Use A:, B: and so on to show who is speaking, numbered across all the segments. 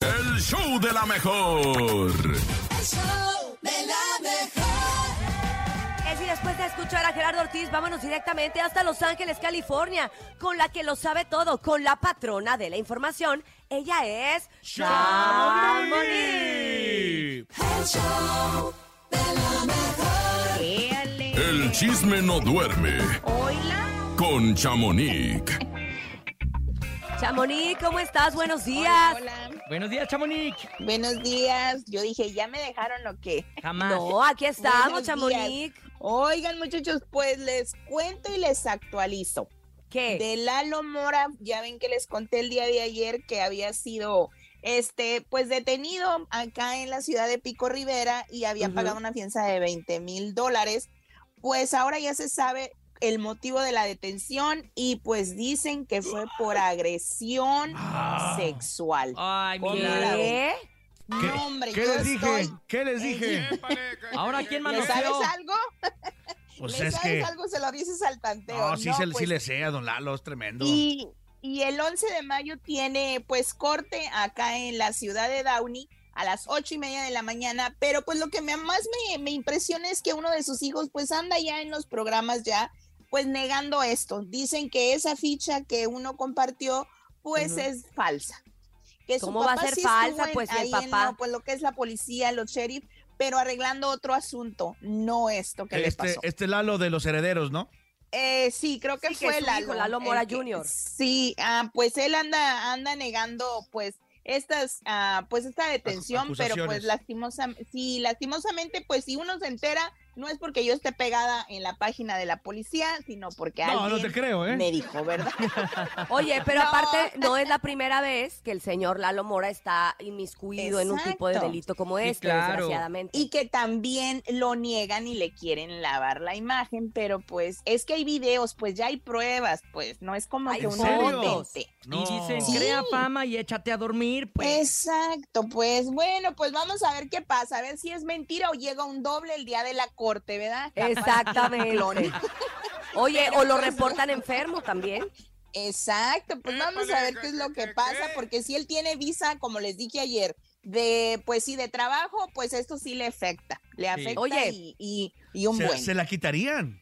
A: el show de la
B: El
A: mejor.
B: show de la mejor.
C: Es y después de escuchar a Gerardo Ortiz, vámonos directamente hasta Los Ángeles, California, con la que lo sabe todo, con la patrona de la información. Ella es Chamonix.
B: El show de la mejor.
A: El chisme no duerme
D: Hola.
A: con Chamonix.
C: Chamonix, ¿cómo estás? Buenos días.
D: Hola.
E: Buenos días, Chamonix.
D: Buenos días. Yo dije, ¿ya me dejaron o qué?
E: Jamás.
C: No, aquí estamos,
D: Buenos
C: Chamonix.
D: Oigan, muchachos, pues les cuento y les actualizo.
C: ¿Qué?
D: De Lalo Mora, ya ven que les conté el día de ayer que había sido este, pues detenido acá en la ciudad de Pico Rivera y había
C: Ujú.
D: pagado una fianza de 20 mil dólares. Pues ahora ya se sabe el motivo de la detención y pues dicen que fue por agresión
F: Ah.
D: sexual.
E: Ay,
D: ¿Cómo
E: mira.
D: la ves?
C: ¿Qué?
D: No, hombre,
F: ¿Qué
D: yo
F: les dije?
D: estoy-
F: ¿Qué les dije?
E: Ahora, ¿quién
D: ¿Le sabes
E: manoseó?
D: algo?
F: Pues
D: ¿Le
F: es
D: sabes
F: que.
D: algo? Se lo dices al tanteo.
F: No, sí, se- sí
D: pues,
F: le sé a Don Lalo, es tremendo.
D: Y, y el 11 de mayo tiene pues corte acá en la ciudad de Downey a las ocho y media de la mañana, pero pues lo que me, más me, me impresiona es que uno de sus hijos pues anda ya en los programas ya pues negando esto. Dicen que esa ficha que uno compartió pues
C: Ujú.
D: es falsa. Que su
C: ¿Cómo va a
D: papá
C: ser
D: sí estuvo
C: falsa?
D: en-
C: Pues, si el
D: ahí en
C: papá-
D: lo- pues lo que es la policía, los sheriff, pero arreglando otro asunto, no esto que le
F: Este,
D: pasó.
F: este Lalo de los herederos, ¿no?
D: Eh, sí, creo que
C: Sí, que
D: fue
C: su hijo,
D: Lalo.
C: Lalo
D: el
C: Mora
D: que-
C: Jr..
D: Sí, ah, pues él anda, anda negando, pues, estas, ah, pues esta detención, pero pues
F: acusaciones.
D: lastimosamente, sí, lastimosamente, pues si uno se entera, no es porque yo esté pegada en la página de la policía, sino porque
F: No, no
D: alguien
F: te creo, ¿eh?
D: me dijo, ¿verdad?
C: Oye, pero
D: No.
C: aparte, no es la primera vez que el señor Lalo Mora está inmiscuido en un tipo de
D: Exacto.
C: delito como
E: Sí,
C: este,
E: claro.
C: desgraciadamente.
D: y que también lo niegan y le quieren lavar la imagen, pero pues es que hay videos, pues ya hay pruebas, pues no es como
C: Hay
D: que uno
F: fotos.
D: lo invente.
F: No.
E: Y dicen,
D: Sí.
E: crea fama y échate a dormir, pues.
D: Exacto, pues bueno, pues vamos a ver qué pasa, a ver si es mentira o llega un doble el día de la corte, ¿verdad? Capaz que
C: Exactamente.
D: clone.
C: Oye, o lo reportan enfermo también.
D: Exacto, pues vamos a ver qué es lo que pasa, porque si él tiene visa, como les dije ayer, de pues sí, de trabajo, pues esto sí le afecta, le afecta
C: Oye.
D: y, y, y un
F: Se,
D: buen.
F: se la quitarían.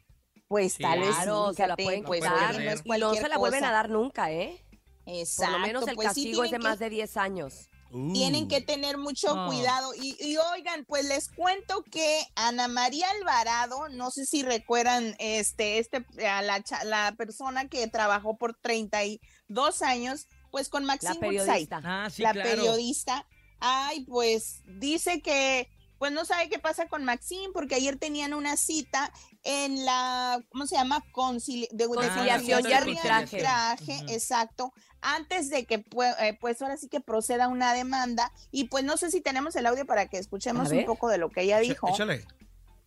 D: Pues
E: Sí.
D: tal vez
C: Claro,
D: sí,
C: se la
D: fíjate,
C: pueden
D: pues,
C: quitar.
D: oye, no es
C: Y no
D: cualquier
C: se la vuelven
D: cosa.
C: a dar nunca, ¿eh? Por
D: Exacto,
C: lo menos el
D: pues sí
C: castigo es de
D: tienen que-
C: más de 10 años.
F: Uh.
D: Tienen que tener mucho
E: Ah.
D: cuidado. Y, y oigan, pues les cuento que Ana María Alvarado, no sé si recuerdan este, este, a la, cha- la persona que trabajó por 32 años, pues con
C: La
D: Maxine Woodside,
C: periodista.
E: Ah, sí,
D: la
E: claro.
D: periodista. Ay, pues dice que pues no sabe qué pasa con Maxine porque ayer tenían una cita en la, ¿cómo se llama? Concili-
E: Ah,
D: de- de
C: Conciliación
E: y arbitraje.
D: arbitraje,
E: Ujú.
D: exacto, antes de que pue- eh, pues ahora sí que proceda una demanda y pues no sé si tenemos el audio para que escuchemos
C: A ver.
D: un poco de lo que ella
F: Echa-
D: dijo.
F: Échale.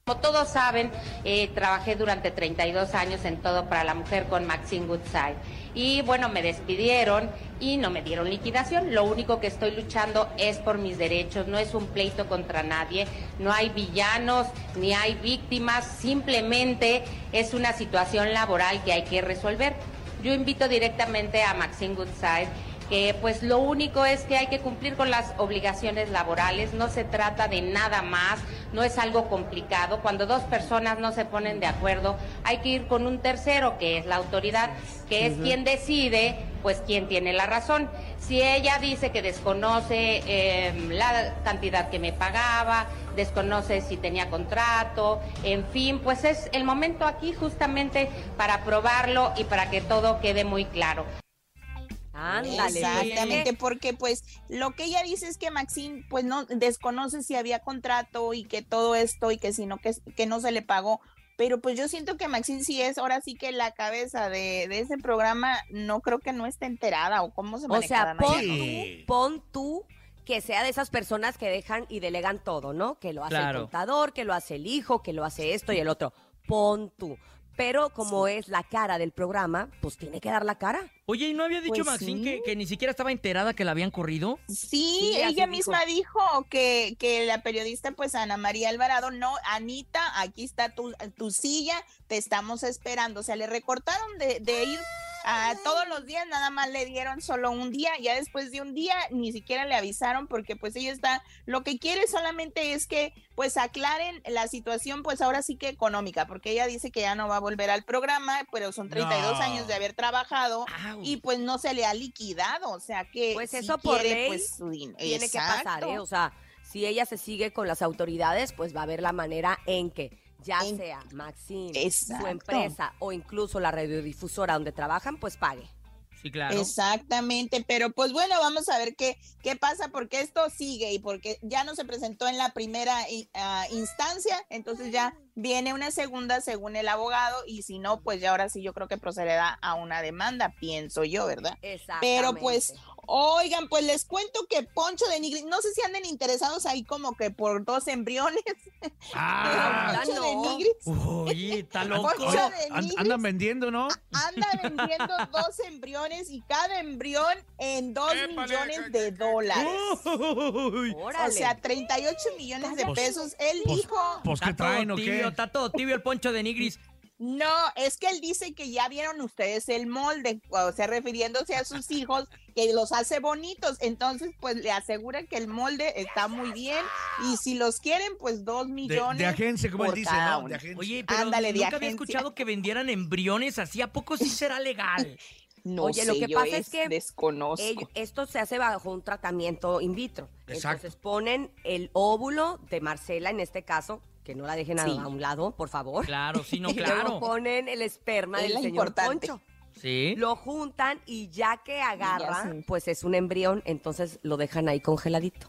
G: Como todos saben, eh, trabajé durante 32 años en Todo para la Mujer con Maxine Goodside. Y bueno, me despidieron y no me dieron liquidación. Lo único que estoy luchando es por mis derechos. No es un pleito contra nadie. No hay villanos ni hay víctimas. Simplemente es una situación laboral que hay que resolver. Yo invito directamente a Maxine Goodside que pues lo único es que hay que cumplir con las obligaciones laborales, no se trata de nada más, no es algo complicado. Cuando dos personas no se ponen de acuerdo, hay que ir con un tercero, que es la autoridad, que es quien decide, pues quien tiene la razón. Si ella dice que desconoce eh, la cantidad que me pagaba, desconoce si tenía contrato, en fin, pues es el momento aquí justamente para probarlo y para que todo quede muy claro.
C: Ándale. pues,
D: Exactamente,
C: ¿eh?
D: porque pues lo que ella dice es que Maxine pues no desconoce si había contrato y que todo esto y que si no que, que no se le pagó, pero pues yo siento que Maxine sí es ahora sí que la cabeza de, de ese programa, no creo que no esté enterada o cómo se
C: O sea,
D: manejarán allá,
C: pon
D: ¿no?
C: tú, pon tú que sea de esas personas que dejan y delegan todo, ¿no? Que lo hace
E: Claro.
C: el contador, que lo hace el hijo, que lo hace esto y el otro. Pon tú. Pero como es la cara del programa, pues tiene que dar la cara.
E: Oye, ¿y no había dicho
D: Pues
E: Maxine
D: sí.
E: que, que ni siquiera estaba enterada que la habían corrido?
D: Sí,
C: Sí, así
D: ella
C: dijo.
D: misma dijo, que, que la periodista, pues Ana María Alvarado, no, Anita, aquí está tu, tu silla, te estamos esperando. O sea, le recortaron de, de ir Ah, todos los días nada más le dieron solo un día, ya después de un día ni siquiera le avisaron porque pues ella está, lo que quiere solamente es que pues aclaren la situación pues ahora sí que económica, porque ella dice que ya no va a volver al programa, pero son 32
F: No.
D: años de haber trabajado
E: Au.
D: y pues no se le ha liquidado, o sea que
C: Pues
D: si
C: eso por ley
D: su din-
C: Tiene que pasar,
D: Exacto.
C: ¿eh? O sea, si ella se sigue con las autoridades, pues va a haber la manera en que, ya
D: En-
C: sea Maxine, su
D: Exacto.
C: empresa o incluso la radiodifusora donde trabajan, pues pague.
E: Sí, claro.
D: Exactamente, pero pues bueno, vamos a ver qué, qué pasa, porque esto sigue y porque ya no se presentó en la primera i- ah, instancia, entonces ya viene una segunda según el abogado y si no, pues ya ahora sí yo creo que procederá a una demanda, pienso yo, ¿verdad?
C: Exactamente.
D: Pero pues, oigan, pues les cuento que Poncho de Nigris, no sé si anden interesados ahí como que por dos embriones,
F: Ah,
D: Poncho de
C: no.
D: Nigris
E: Oye, está loco.
D: Poncho de Ah,
F: an-
D: Nigris.
F: andan vendiendo, ¿no?
D: anda vendiendo dos embriones y cada embrión en dos millones de dólares.
F: Uy,
C: Órale.
D: O sea, 38 millones de
F: Cállate.
D: pesos. Él
F: Pues-
D: dijo,
F: pues qué
E: Está
F: traen
E: todo
F: o qué.
E: tibio, está todo tibio el poncho de Nigris.
D: no, es que él dice que ya vieron ustedes el molde, o sea, refiriéndose a sus hijos, que los hace bonitos. Entonces, pues le asegura que el molde está muy bien y si los quieren, pues dos
F: De,
D: millones.
F: de agencia, como él
D: por
F: dice,
D: cada
F: ¿no?
D: uno.
F: De agencia.
E: Oye, pero
D: Ándale, de
E: nunca había
D: agencia.
E: escuchado que vendieran embriones así. ¿A poco sí será legal?
D: No
C: Oye, lo
D: sé,
C: que
D: yo
C: pasa es que
D: desconozco.
C: Ello- esto se hace bajo un tratamiento in vitro.
F: Exacto.
C: Entonces ponen el óvulo de Marcela, en este caso, que no la dejen a,
D: Sí.
C: a un lado, por favor.
E: Claro, sí, no,
C: Y luego
E: claro.
C: ponen el esperma
D: Es
C: del
D: la
C: señor
D: importante.
C: Poncho.
E: Sí.
C: Lo juntan y ya que agarra,
D: sí.
C: pues es un embrión, entonces lo dejan ahí congeladito.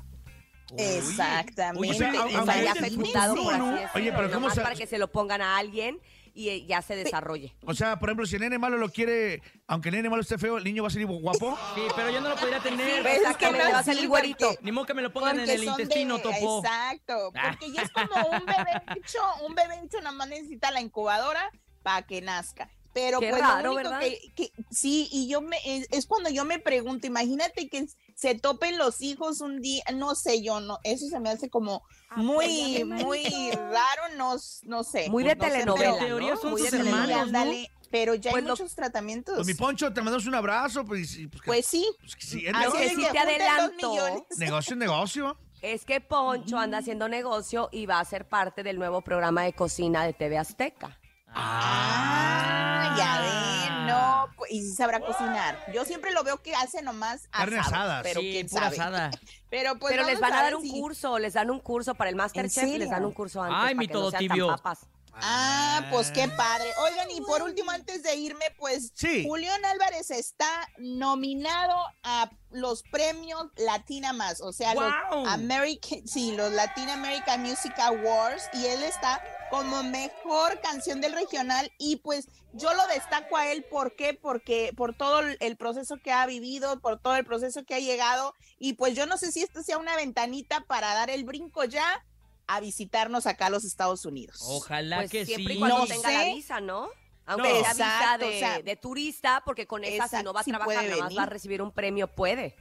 D: Exactamente.
F: O sea,
D: Exactamente.
C: O sea,
F: aunque
C: ya
F: es
C: fecundado
F: inmenso,
C: por así
F: ¿no?
C: decirlo,
F: Oye, pero ¿cómo
C: nomás
F: se-
C: para que se lo pongan a alguien y eh, ya se desarrolle.
F: O sea, por ejemplo, si el nene malo lo quiere, aunque el nene malo esté feo, el niño va a ser guapo.
E: Sí, pero yo no lo podría tener.
C: Pues, exactamente,
D: no
C: va a salir
D: sirve
C: güerito.
D: porque-
E: Ni modo que me lo pongan en el
D: son de-
E: intestino, topo.
D: Exacto,
E: Ah.
D: porque ya es como un bebé hecho, un bebé hecho nada más necesita la incubadora para que nazca. Pero
C: Qué
D: pues
C: raro,
D: lo único
C: ¿verdad?
D: que, que- sí, y yo me es, es cuando yo me pregunto, imagínate que se topen los hijos un día, no sé, yo no, eso se me hace como
C: Ah, pues,
D: muy, muy raro, no, s- no sé.
C: Muy de
D: Eh, pues, no sé,
C: telenovela.
E: En
D: pero-
E: teoría
C: ¿no?
E: son
C: Muy
E: sus
C: de telenovela.
D: Sí,
E: hermanos, ¿no?
D: ándale, pero ya
C: Pues
D: hay
C: lo-
D: muchos tratamientos.
F: Pues mi
D: Pues,
F: Poncho, te mandamos un abrazo. Pues, y- pues, que-
D: sí,
F: pues que sí, es
D: así
C: que
F: negocio,
D: es
C: sí
D: que
C: te
D: junten dos
C: adelanto.
D: millones.
F: negocio, es negocio.
C: Es que Poncho anda haciendo negocio y va a ser parte del nuevo programa de cocina de TV Azteca.
D: Ah, ya ven,
C: Ah.
D: no, pues, y sí sabrá cocinar. Yo siempre lo veo que hace nomás
F: Carne
D: asado,
F: asada,
D: pero
E: sí,
D: quién
E: pura
D: sabe.
E: asada.
D: Pero pues
C: Pero les
D: vamos
C: van a dar
D: ver
C: un
D: si-
C: curso, les dan un curso para el Masterchef, les
D: serio?
C: dan un curso antes.
E: Ay,
C: para
E: mi
C: que
E: todo
C: no sean
E: tibio.
C: Tan papas.
D: Ah, pues qué padre. Oigan, y por último, antes de irme, pues
F: Sí.
D: Julián Álvarez está nominado a los premios Latina Más, o sea,
E: ¡Guau!
D: los American, sí, los Latin American Music Awards, y él está como mejor canción del regional y pues yo lo destaco a él ¿por qué? porque por todo el proceso que ha vivido, por todo el proceso que ha llegado y pues yo no sé si esto sea una ventanita para dar el brinco ya a visitarnos acá a los Estados Unidos.
E: Ojalá
C: Pues
E: que
C: siempre
E: sí.
C: y cuando
D: No
C: tenga
D: sé.
C: la visa, ¿no? Aunque
D: No.
C: sea visa
D: Exacto,
C: de,
D: o sea,
C: de turista, porque con esa si
D: exacto,
C: no va a
D: sí
C: trabajar,
D: puede
C: nada más
D: venir.
C: va a recibir un premio, puede.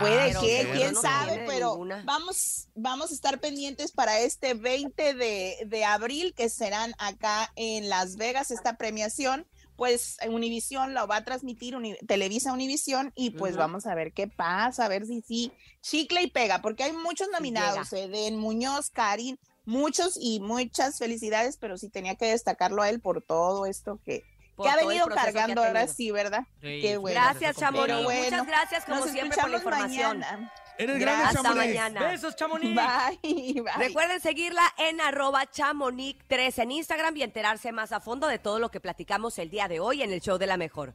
D: Puede
C: pero
F: Ah,
D: que,
C: seguro
D: quién
C: no
D: sabe,
C: tiene
D: pero
C: ninguna.
D: vamos, vamos a estar pendientes para este 20 de, de abril, que serán acá en Las Vegas esta premiación. Pues Univisión lo va a transmitir, Uni- Televisa Univisión, y pues
C: Ujú.
D: vamos a ver qué pasa, a ver si sí, chicle y pega, porque hay muchos nominados, Eden Muñoz, Karin, muchos y muchas felicidades, pero sí tenía que destacarlo a él por todo esto que,
C: por
D: que ha
C: todo el
D: venido
C: proceso que ha
D: cargando ahora
C: tenido.
D: sí, ¿verdad?
E: Sí,
D: Qué
E: sí,
D: bueno.
C: Gracias,
E: se complicó.
C: Chamonix.
D: Pero bueno,
C: Muchas gracias, como
D: Nos
C: siempre, por la
D: escuchamos
C: información.
D: mañana.
F: Eres grande,
D: Gracias,
C: Hasta
F: Chamonix.
C: mañana.
E: Besos, Chamonix.
D: Bye, bye.
C: Recuerden seguirla en arroba chamonix3 en Instagram y enterarse más a fondo de todo lo que platicamos el día de hoy en el show de la mejor.